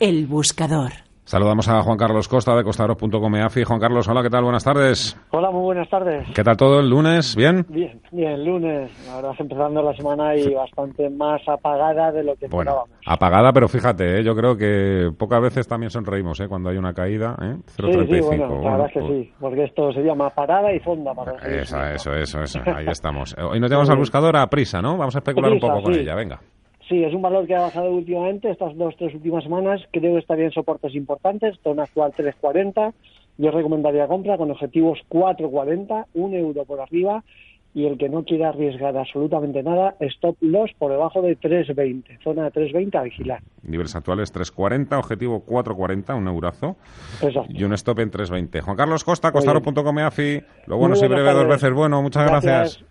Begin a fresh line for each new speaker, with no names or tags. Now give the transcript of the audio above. El buscador.
Saludamos a Juan Carlos Costa de costaros.com EAFI. Juan Carlos, hola, ¿qué tal? Buenas tardes.
Hola, muy buenas tardes.
¿Qué tal todo el lunes? ¿Bien?
Bien, bien, lunes. La verdad es empezando la semana y bastante más apagada de lo que
Bueno,
esperábamos.
apagada, pero fíjate, ¿eh? yo creo que pocas veces también sonreímos ¿eh? cuando hay una caída. ¿eh?
Sí,
0,35.
sí, bueno, la
Bueno,
verdad es que
pues-
sí, porque esto se llama parada y fonda para conseguir
Eso,
esto.
eso, eso, eso. Ahí estamos. Eh, Hoy nos llevamos al buscador a prisa, ¿no? Vamos a especular un
Prisa,
poco con
sí.
ella, venga.
Sí, es un valor que ha bajado últimamente, estas dos, tres últimas semanas. Creo que estaría en soportes importantes, zona actual 3.40. Yo recomendaría compra con objetivos 4.40, un euro por arriba. Y el que no quiera arriesgar absolutamente nada, stop loss por debajo de 3.20, zona 3.20 a vigilar.
Niveles actuales 3.40, objetivo 4.40, un eurazo.
Exacto.
Y un stop en 3.20. Juan Carlos Costa,
Muy bien.
costaros.com EAFI. Lo bueno
Muy
si
buenas
breve, dos
tardes.
veces bueno. Muchas gracias.